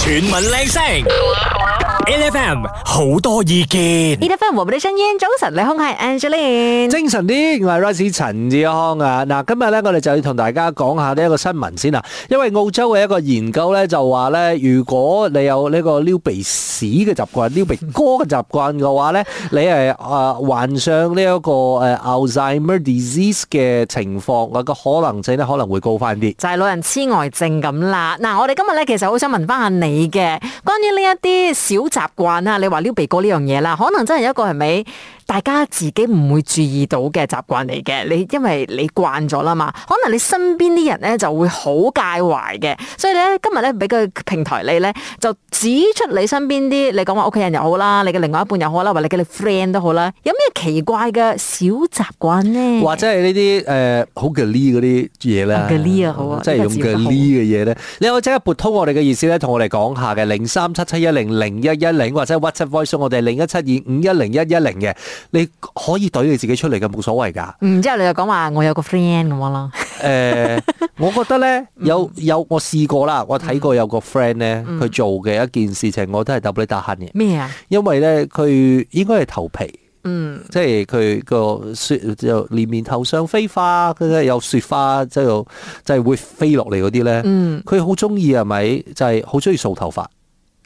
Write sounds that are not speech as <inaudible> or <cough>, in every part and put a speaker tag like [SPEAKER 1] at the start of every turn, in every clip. [SPEAKER 1] 全民靚聲，LFM 好多意見。
[SPEAKER 2] E 得分和我哋新煙，早晨，你空係 Angeline。
[SPEAKER 3] 精神啲，我係 Rice 陳志康啊！嗱，今日咧我哋就要同大家講下呢一個新聞先啦，因為澳洲嘅一個研究咧就話咧，如果你有呢個撩鼻屎嘅習慣、撩鼻哥嘅習慣嘅話咧，你係誒患上呢一個誒 Alzheimer disease 嘅情況，我個可能性咧可能會高翻啲。
[SPEAKER 2] 就係老人痴呆症咁啦。嗱，我哋今日咧其實好想問翻下你嘅，關於呢一啲小習慣啊，你話撩鼻哥呢樣嘢啦，可能真係一個係咪大家自己唔會注意到嘅習慣嚟嘅。你因為你慣咗啦嘛，可能你身邊啲人咧就會好介懷嘅。所以咧今日咧俾個平台你咧，就指出你身邊啲你講話屋企人又好啦，你嘅另外一半又好啦，或者你嘅你 friend 都好啦，有咩奇怪嘅小習慣呢？
[SPEAKER 3] 或者係呢啲誒好嘅呢嗰啲嘢咧，嗯
[SPEAKER 2] 用嘅呢啊好啊
[SPEAKER 3] 即係用
[SPEAKER 2] 呢個字
[SPEAKER 3] 嘅
[SPEAKER 2] 好
[SPEAKER 3] 呢嘅嘢咧，你可以即刻撥通我哋嘅熱線咧，同我哋講下嘅零三七七一零零一一零或者 WhatsApp voice 我哋零一七二五一零一一零嘅，你可以懟你自己出嚟嘅，冇所謂㗎。
[SPEAKER 2] 嗯，之後你就講話我有個 friend 咁樣啦，
[SPEAKER 3] 誒、呃
[SPEAKER 2] <laughs>
[SPEAKER 3] 我覺得咧
[SPEAKER 2] 嗯
[SPEAKER 3] 有有我試過啦，我睇過有個 friend 咧，佢做嘅一件事情，我都係揼你打痕嘅，
[SPEAKER 2] 咩啊？
[SPEAKER 3] 因為咧佢應該係頭皮。
[SPEAKER 2] 嗯，
[SPEAKER 3] 即係佢個雪就連面頭上飛花，佢咧有雪花，即係有即係會飛落嚟嗰啲咧。
[SPEAKER 2] 嗯
[SPEAKER 3] 佢好中意係啊咪？就係好中意掃頭髮，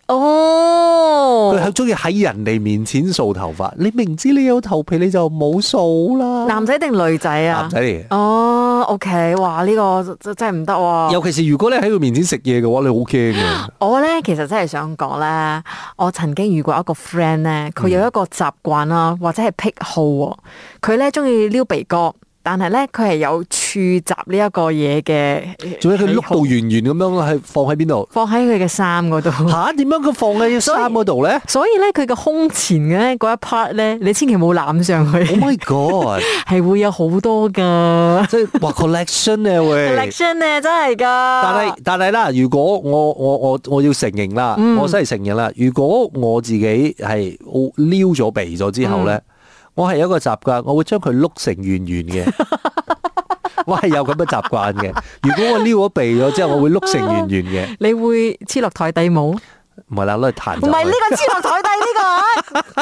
[SPEAKER 2] 哦
[SPEAKER 3] 佢，好中意喺人哋面前掃頭髮。你明知你有頭皮，你就冇掃啦。
[SPEAKER 2] 男仔定女仔啊
[SPEAKER 3] 男？仔嚟嘅，
[SPEAKER 2] 哦，OK，哇，呢、個真真係唔得喎。
[SPEAKER 3] 尤其是如果你喺佢面前食嘢嘅話，你好驚嘅。
[SPEAKER 2] 我咧其實真係想講咧，我曾經遇過一個 friend 咧，佢有一個習慣啦，或者係癖好喎，佢咧中意撩鼻哥，但係咧佢係有觸及呢一個嘢嘅，
[SPEAKER 3] 仲有佢碌到圓圓咁樣，係放喺
[SPEAKER 2] <laughs>
[SPEAKER 3] 邊度？
[SPEAKER 2] 放喺佢嘅衫嗰度。
[SPEAKER 3] 吓？點樣佢放喺衫嗰度咧
[SPEAKER 2] 所以咧，佢嘅胸前嘅咧嗰一 part 咧，你千祈冇攬上去。
[SPEAKER 3] ？Oh my
[SPEAKER 2] <laughs>
[SPEAKER 3] god！
[SPEAKER 2] 係會有好多噶
[SPEAKER 3] 即係話 collection 咧喂。
[SPEAKER 2] collection 咧，真係噶。
[SPEAKER 3] 但係但係啦，如果我我我我要承認啦，我真係承認啦。如果我自己係撩咗鼻咗之後咧，我係有一個習慣，我會將佢碌成圓圓嘅。 <laughs> 我係有咁嘅習慣嘅。如果我撩咗鼻咗之後，我會碌成圓圓嘅，
[SPEAKER 2] 你會黐落台底冇？
[SPEAKER 3] 啊
[SPEAKER 2] 唔
[SPEAKER 3] 唔係啦，攞嚟彈走
[SPEAKER 2] 係呢
[SPEAKER 3] 佢。
[SPEAKER 2] 個黐落台底呢
[SPEAKER 3] <laughs>
[SPEAKER 2] 個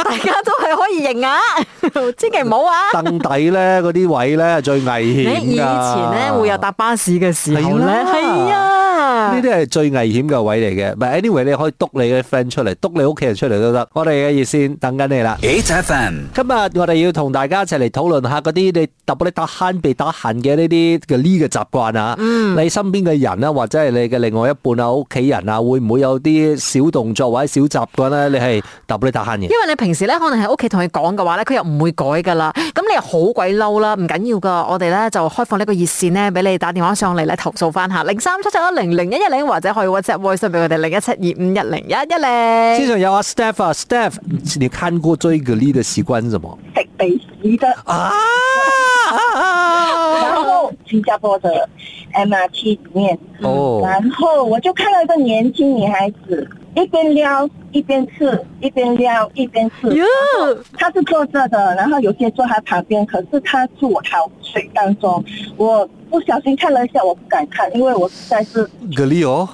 [SPEAKER 2] 啊，大家都係可以認啊， <laughs> 千祈唔好啊。
[SPEAKER 3] 凳底咧嗰啲位咧最危
[SPEAKER 2] 你
[SPEAKER 3] 險㗎。
[SPEAKER 2] 以前咧會有搭巴士嘅時候咧，係
[SPEAKER 3] 係
[SPEAKER 2] 啊，
[SPEAKER 3] 呢啲係最危險嘅位嚟嘅。唔係 anyway，你可以督你嘅 friend 出嚟，督你屋企人出嚟都得。我哋嘅熱線等緊你啦。
[SPEAKER 1] HFM
[SPEAKER 3] 今日我哋要同大家一齊嚟討論下嗰啲你特別你打慳被打痕嘅呢啲嘅呢嘅習慣啊，
[SPEAKER 2] 嗯
[SPEAKER 3] 你身邊嘅人啊，或者係你嘅另外一半啊、屋企人啊，會唔會有啲小動作或者小習慣咧？你係特別你打痕嘅
[SPEAKER 2] 因。為你平時咧可能喺屋企同佢講嘅話咧，佢又唔會改噶啦。咁你又好鬼嬲啦，唔緊要噶。我哋咧就開放呢個熱線咧，俾你打電話上嚟咧投訴翻下，零三七七一零零一一零，或者可以 WhatsApp voice 俾我哋零一七二五一零一一零
[SPEAKER 3] 現。場有啊 Steph 啊 Steph，你看過最給力的習慣是什麼？
[SPEAKER 4] 食鼻屎得，
[SPEAKER 3] 啊！
[SPEAKER 4] 然后新加坡的 MRT 里面，
[SPEAKER 3] 哦
[SPEAKER 4] 然后我就看到一个年轻女孩子一边撩一边吃，一边撩一边吃。
[SPEAKER 2] <laughs> 哟
[SPEAKER 4] 她是坐着的，然后有些坐她旁边，可是她是我好水当中，我不小心看了一下，我不敢看，因为我实在是
[SPEAKER 3] 給力哦！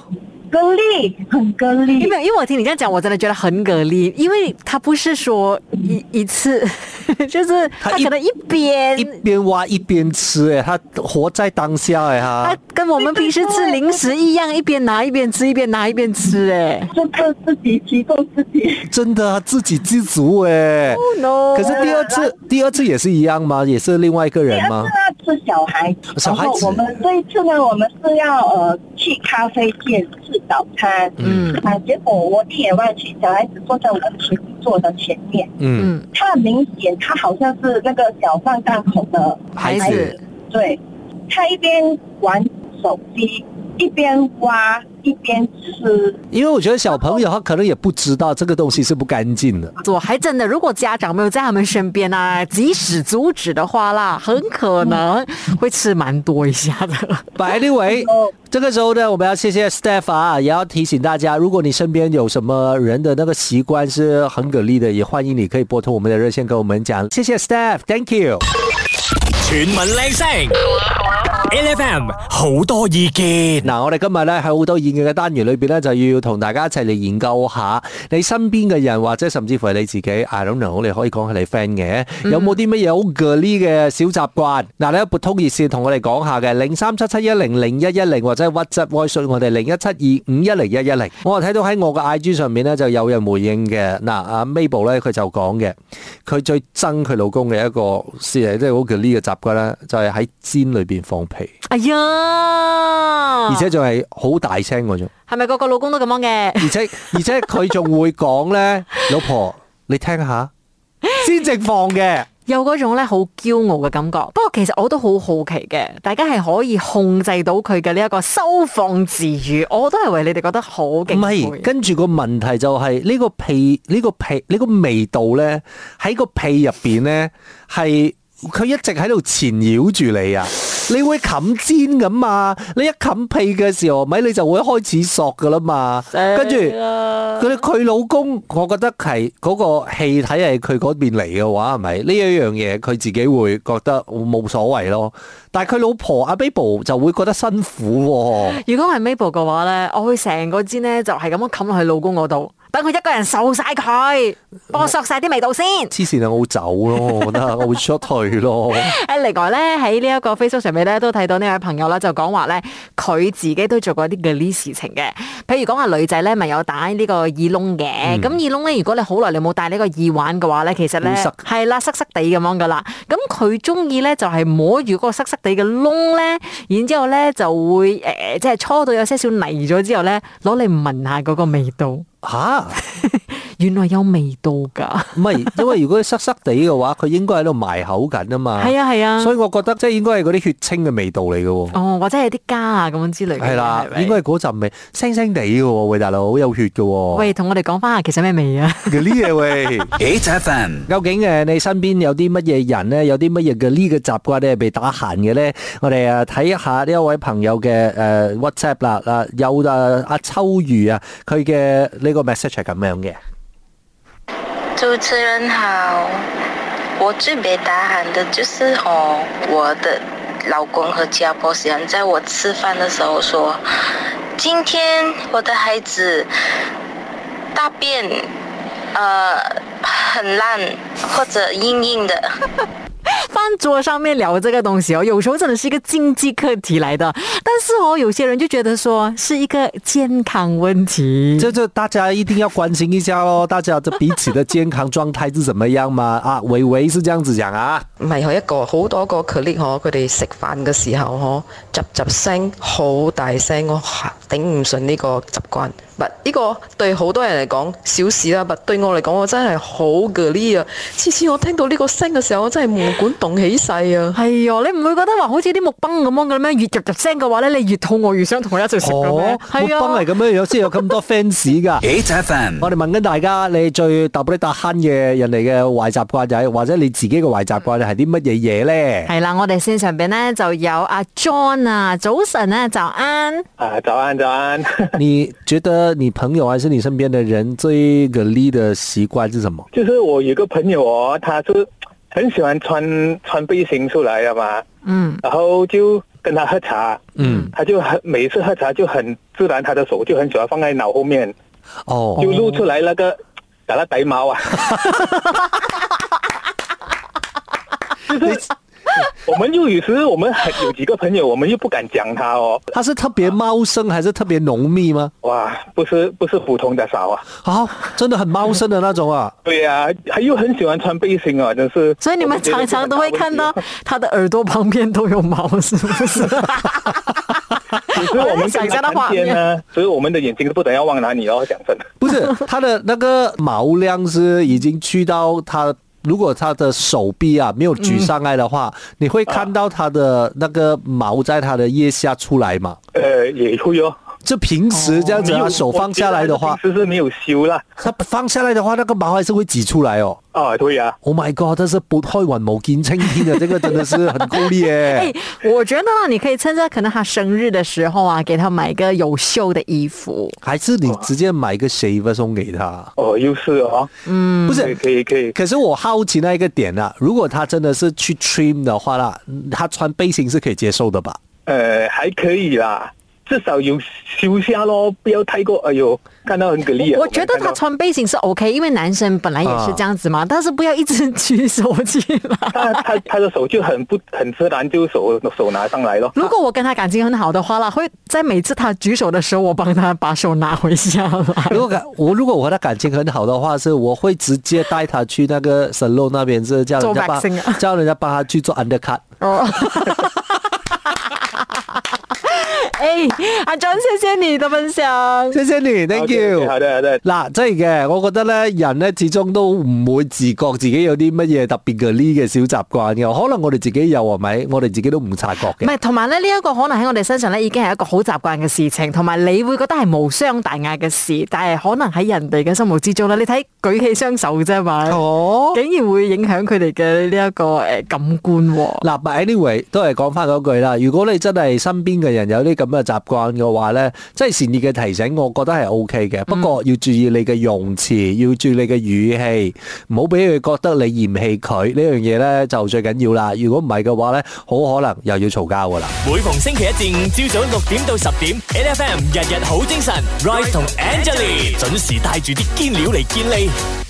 [SPEAKER 4] 割力，很割
[SPEAKER 2] 因
[SPEAKER 4] 力。
[SPEAKER 2] 为因为我听你这样讲，我真的觉得很给力，因为他不是说一一次， <laughs> 就是他
[SPEAKER 3] 他一
[SPEAKER 2] 可能一
[SPEAKER 3] 一
[SPEAKER 2] 边，
[SPEAKER 3] 邊挖一邊吃，哎，他活在當下，哎哈
[SPEAKER 2] 他。跟我们平时吃零食一样，一边拿一边吃，一边拿一边吃，哎
[SPEAKER 4] 就是自己提供自己，
[SPEAKER 3] 真的啊自给自足哎。
[SPEAKER 2] ，Oh no！
[SPEAKER 3] 可是第二次，第二次也是一样吗？也是另外一个人
[SPEAKER 4] 但
[SPEAKER 3] 吗
[SPEAKER 4] 是？那是小孩子。
[SPEAKER 3] 呃小孩子
[SPEAKER 4] 然后我们这一次呢，我们是要呃去咖啡店吃早餐，
[SPEAKER 2] 嗯
[SPEAKER 4] 啊，结果我一眼望去，小孩子坐在我们前座的前面，
[SPEAKER 3] 嗯，
[SPEAKER 2] 嗯，
[SPEAKER 4] 他很明显他好像是那个小贩档口的
[SPEAKER 3] 孩
[SPEAKER 2] 孩
[SPEAKER 3] 子
[SPEAKER 2] 子
[SPEAKER 4] 对，他一边玩手机，一边挖，一边吃，
[SPEAKER 3] 因为我觉得小朋友他可能也不知道这个东西是不干净的。
[SPEAKER 2] 我还真的，如果家长没有在他们身边啊，及时阻止的话啦，很可能
[SPEAKER 3] 嗯
[SPEAKER 2] 会吃蛮多一下的。
[SPEAKER 3] By the way，
[SPEAKER 4] 哦
[SPEAKER 3] 这个时候呢，我们要谢谢 Steph 啊，也要提醒大家，如果你身边有什么人的那个习惯是很给力的，也欢迎你可以拨通我们的热线跟我们讲。谢谢 Steph，Thank you。
[SPEAKER 1] 全民靚聲 L F M 好多意見。
[SPEAKER 3] 嗱，我哋今日咧喺好多意見嘅單元裏邊咧，就要同大家一齊嚟研究下你身邊嘅人，或者甚至乎係你自己，I don't know，你可以講係你 friend 嘅，有冇啲乜嘢好 g 呢嘅小習慣？嗱，你一撥通熱線同我哋講下嘅，零三七七一零零一一零或者 WhatsApp voice 我哋零一七二五一零一一零。我睇到喺我嘅 IG 上面咧就有人回應嘅，嗱，阿 Mabel 咧佢就講嘅，佢最憎佢老公嘅一個事嚟，即係好 g 呢嘅習慣咧，就係喺煎裏邊放屁。
[SPEAKER 2] 哎呀，
[SPEAKER 3] 而
[SPEAKER 2] 而
[SPEAKER 3] 且仲係好大聲嗰種，
[SPEAKER 2] 系咪個個老公都咁樣嘅？
[SPEAKER 3] 而且而且佢仲會講咧，老婆你聽下，先正放嘅，
[SPEAKER 2] 有嗰種咧好驕傲嘅感覺。不過其實我都好好奇嘅，大家係可以控制到佢嘅呢一個收放自如，我都係為你哋覺得好
[SPEAKER 3] 唔
[SPEAKER 2] 敬佩
[SPEAKER 3] 係。跟住個問題就係、呢、個屁呢、個屁呢、個味道咧喺個屁入邊咧係。佢一直喺度纏繞住你啊！你會冚煎咁嘛？你一冚屁嘅時候，咪你就會開始索噶啦嘛。跟住
[SPEAKER 2] 啊
[SPEAKER 3] 佢佢老公，我覺得係嗰、個氣體係佢嗰邊嚟嘅話，係咪呢一樣嘢佢自己會覺得冇所謂咯？但係佢老婆阿 Babel 就會覺得辛苦喎、
[SPEAKER 2] 如果係 Mabel 嘅話咧，我會成個煎咧就係咁樣冚落去老公嗰度，等佢一個人受晒佢，幫我索晒啲味道先。
[SPEAKER 3] 黐線啊！我會走咯，
[SPEAKER 2] <laughs>
[SPEAKER 3] 我覺得我會出退咯。
[SPEAKER 2] 誒，另外咧喺呢一個 Facebook 上面咧，都睇到呢位朋友啦，就講話咧佢自己都做過啲嘅呢事情嘅，譬如講話女仔咧，咪有戴呢個耳窿
[SPEAKER 3] 嗯
[SPEAKER 2] 嘅，咁、耳窿咧，如果你好耐你冇戴呢個耳環嘅話咧，其實咧
[SPEAKER 3] 會塞
[SPEAKER 2] 係啦，塞塞地咁樣噶啦，咁佢中意咧就係摸住嗰個塞塞地嘅窿咧，然之後咧就會誒、呃即係搓到有些少泥咗之後咧，攞嚟聞下嗰個味道，
[SPEAKER 3] 吓、
[SPEAKER 2] 原來有味道㗎，
[SPEAKER 3] 唔係，因為如果塞塞地嘅話，佢應該喺度埋口緊啊嘛。
[SPEAKER 2] 係啊係啊，
[SPEAKER 3] 所以我覺得即係應該係嗰啲血清嘅味道嚟嘅喎。
[SPEAKER 2] 哦或者係啲家啊咁樣之類嘅嘢，
[SPEAKER 3] 係啦
[SPEAKER 2] 係，咪
[SPEAKER 3] 應該係嗰陣味，腥腥地嘅喎，喂大佬有血嘅喎，
[SPEAKER 2] 喂，同我哋講翻下其實咩味啊？
[SPEAKER 3] 嘅呢嘢喂。
[SPEAKER 1] H F M
[SPEAKER 3] 究竟誒你身邊有啲乜嘢人咧？有啲乜嘢嘅呢個習慣咧係被打閒嘅咧？我哋啊睇下呢一位朋友嘅誒 WhatsApp 啦，啊有啊阿秋如啊，佢嘅呢個 message 係咁樣嘅。
[SPEAKER 5] 主持人好，我最被打喊的就是哦，我的老公和家婆喜欢在我吃饭的时候说，今天我的孩子大便呃很烂或者硬硬的。
[SPEAKER 2] 饭桌上面聊这个东西哦，有时候真的是一个经济课题来的，但是哦，有些人就觉得说是一个健康问题。
[SPEAKER 3] 这这大家一定要关心一下咯， <laughs> 大家的彼此的健康状态是怎么样嘛？啊，维维是这样子讲啊，
[SPEAKER 6] 唔係佢一個好多個 colleague 嗬，佢哋食飯嘅時候嗬，雜雜聲好大聲，我嚇頂唔順呢個習慣。不呢個對好多人嚟講小事啦，不對我嚟講我真係好 g 呢啊！次次我聽到呢個聲嘅時候，我真係毛管戙起勢啊！
[SPEAKER 2] 系哦，你唔會覺得話好似啲木崩咁樣嘅咩？越入入聲嘅話咧，你越肚餓越想同佢一齊食哎嘅咩
[SPEAKER 3] 哦，？木
[SPEAKER 2] 係
[SPEAKER 3] 崩係咁樣樣先有咁多 fans 噶。
[SPEAKER 1] H F M
[SPEAKER 3] 我哋問緊大家，你最特別打慳嘅人哋嘅壞習慣就係，或者你自己嘅壞習慣係啲乜嘢嘢咧？
[SPEAKER 2] 係啦，我哋線上邊咧就有阿 John 啊，早晨啊，早安。
[SPEAKER 7] 啊，早安，早安。 <laughs>
[SPEAKER 3] 你觉得你朋友还是你身边的人最个力的习惯是什么？
[SPEAKER 7] 就是我有个朋友哦，他是很喜欢穿穿背心出来的嘛，
[SPEAKER 2] 嗯，
[SPEAKER 7] 然后就跟他喝茶，
[SPEAKER 3] 嗯，
[SPEAKER 7] 他就很每次喝茶就很自然，他的手就很喜欢放在脑后面，
[SPEAKER 3] 哦
[SPEAKER 7] 就露出来那个打那呆毛啊。 <laughs> 就是我们就有时我们很有几个朋友，我们又不敢讲他哦，
[SPEAKER 3] 它是特别茂盛还是特别浓密吗？
[SPEAKER 7] 哇，不是不是普通的少啊，
[SPEAKER 3] 啊，真的很茂盛的那种啊！
[SPEAKER 7] 对呀、啊，他又很喜欢穿背心哦，真是。
[SPEAKER 2] 所以你
[SPEAKER 7] 我
[SPEAKER 2] 們
[SPEAKER 7] 就觉得
[SPEAKER 2] 常常
[SPEAKER 7] 这
[SPEAKER 2] 都
[SPEAKER 7] 个
[SPEAKER 2] 會
[SPEAKER 7] 大问
[SPEAKER 2] 看
[SPEAKER 7] 题
[SPEAKER 2] 到
[SPEAKER 7] 哦
[SPEAKER 2] 他的耳朵旁邊都有毛，是不是？
[SPEAKER 7] <laughs> 只是我们
[SPEAKER 2] 想
[SPEAKER 7] 跟
[SPEAKER 2] 象到
[SPEAKER 7] 他
[SPEAKER 2] 画
[SPEAKER 7] 看见
[SPEAKER 2] 面
[SPEAKER 7] 呢，所以我们的眼睛都不能要往哪里哦。讲真的，
[SPEAKER 3] 不是，它的那个毛量是已经去到它，如果它的手臂啊没有举上来的话，你会看到它的那个毛在它的腋下出来嘛？
[SPEAKER 7] <laughs> 呃，也会哦。
[SPEAKER 3] 就平时这样子，
[SPEAKER 7] 没有
[SPEAKER 3] 它手放下来的话，
[SPEAKER 7] 其实是没有修啦。
[SPEAKER 3] 它放下来的话，那个毛还是会挤出来哦。
[SPEAKER 7] 啊，对呀、
[SPEAKER 3] Oh my god！这是拨开云雾见青天啊
[SPEAKER 2] <laughs>
[SPEAKER 3] 的，这个真的是很够力
[SPEAKER 2] 哎
[SPEAKER 3] 耶。，
[SPEAKER 2] 我觉得啦你可以趁着可能他生日的时候啊，给他买一个有袖的衣服。
[SPEAKER 3] 还是你直接买个 shave 送给他？
[SPEAKER 7] 哦，又是哦，
[SPEAKER 2] 嗯
[SPEAKER 3] 不
[SPEAKER 7] 可以
[SPEAKER 3] 是，
[SPEAKER 7] 可以可以。
[SPEAKER 3] 可是我好奇
[SPEAKER 2] <laughs>
[SPEAKER 3] 那一个点啊，如果他真的是去 trim 的话啦，嗯他穿背心是可以接受的吧？
[SPEAKER 7] 呃，还可以啦，至少有修一下咯，不要太过，哎呦，看到很给力啊。
[SPEAKER 2] 我觉得
[SPEAKER 7] 们看
[SPEAKER 2] 他
[SPEAKER 7] 到啊
[SPEAKER 2] 穿背心是 OK，因为男生本来也是这样子嘛，但是不要一直举手起
[SPEAKER 7] <laughs>
[SPEAKER 2] 来。
[SPEAKER 7] 他他他的手就很不很自然就手手拿上来咯。
[SPEAKER 2] 如果我跟他感情很好的话啦，会在每次他举手的时候，我帮他把手拿回下
[SPEAKER 7] <laughs>
[SPEAKER 2] 来。
[SPEAKER 3] 如果感我如果我和他感情很好的话，是我会直接带他去那个 salon 那边，是叫人家
[SPEAKER 2] 做 waxing 啊
[SPEAKER 3] 帮叫人家帮他去做 undercut。
[SPEAKER 2] 哦。哎，阿 John，谢谢你的分享。
[SPEAKER 3] 謝謝你，thank you。
[SPEAKER 7] OK，OK，好的好的，
[SPEAKER 3] 嗱，真係嘅，我覺得咧，人咧始終都唔會自覺自己有啲乜嘢特別嘅呢嘅小習慣嘅，可能我哋自己有係咪？我哋自己都唔察覺
[SPEAKER 2] 唔
[SPEAKER 3] 嘅。
[SPEAKER 2] 係，同埋咧呢一個可能喺我哋身上咧已經係一個好習慣嘅事情，同埋你會覺得係無傷大雅嘅事，但係可能喺人哋嘅心目之中咧，你睇舉起雙手啫嘛，
[SPEAKER 3] 哦，
[SPEAKER 2] 竟然會影響佢哋嘅呢一個诶感官喎。
[SPEAKER 3] 嗱，but anyway 都係講翻嗰句啦。如果你真係身邊嘅人有啲咁嘅習慣嘅話咧，真係善意嘅提醒，我覺得係 O K
[SPEAKER 2] 嗯
[SPEAKER 3] 嘅。不過要注意你嘅用詞，要注意你嘅語氣，唔好俾佢覺得你嫌棄佢呢樣嘢咧就最緊要啦。如果唔係嘅話咧，好可能又要嘈交噶啦。
[SPEAKER 1] 每逢星期一至五朝早六點到十點，N F M 日日好精神，Rise 同 Angelie 準時帶住啲堅料嚟健利。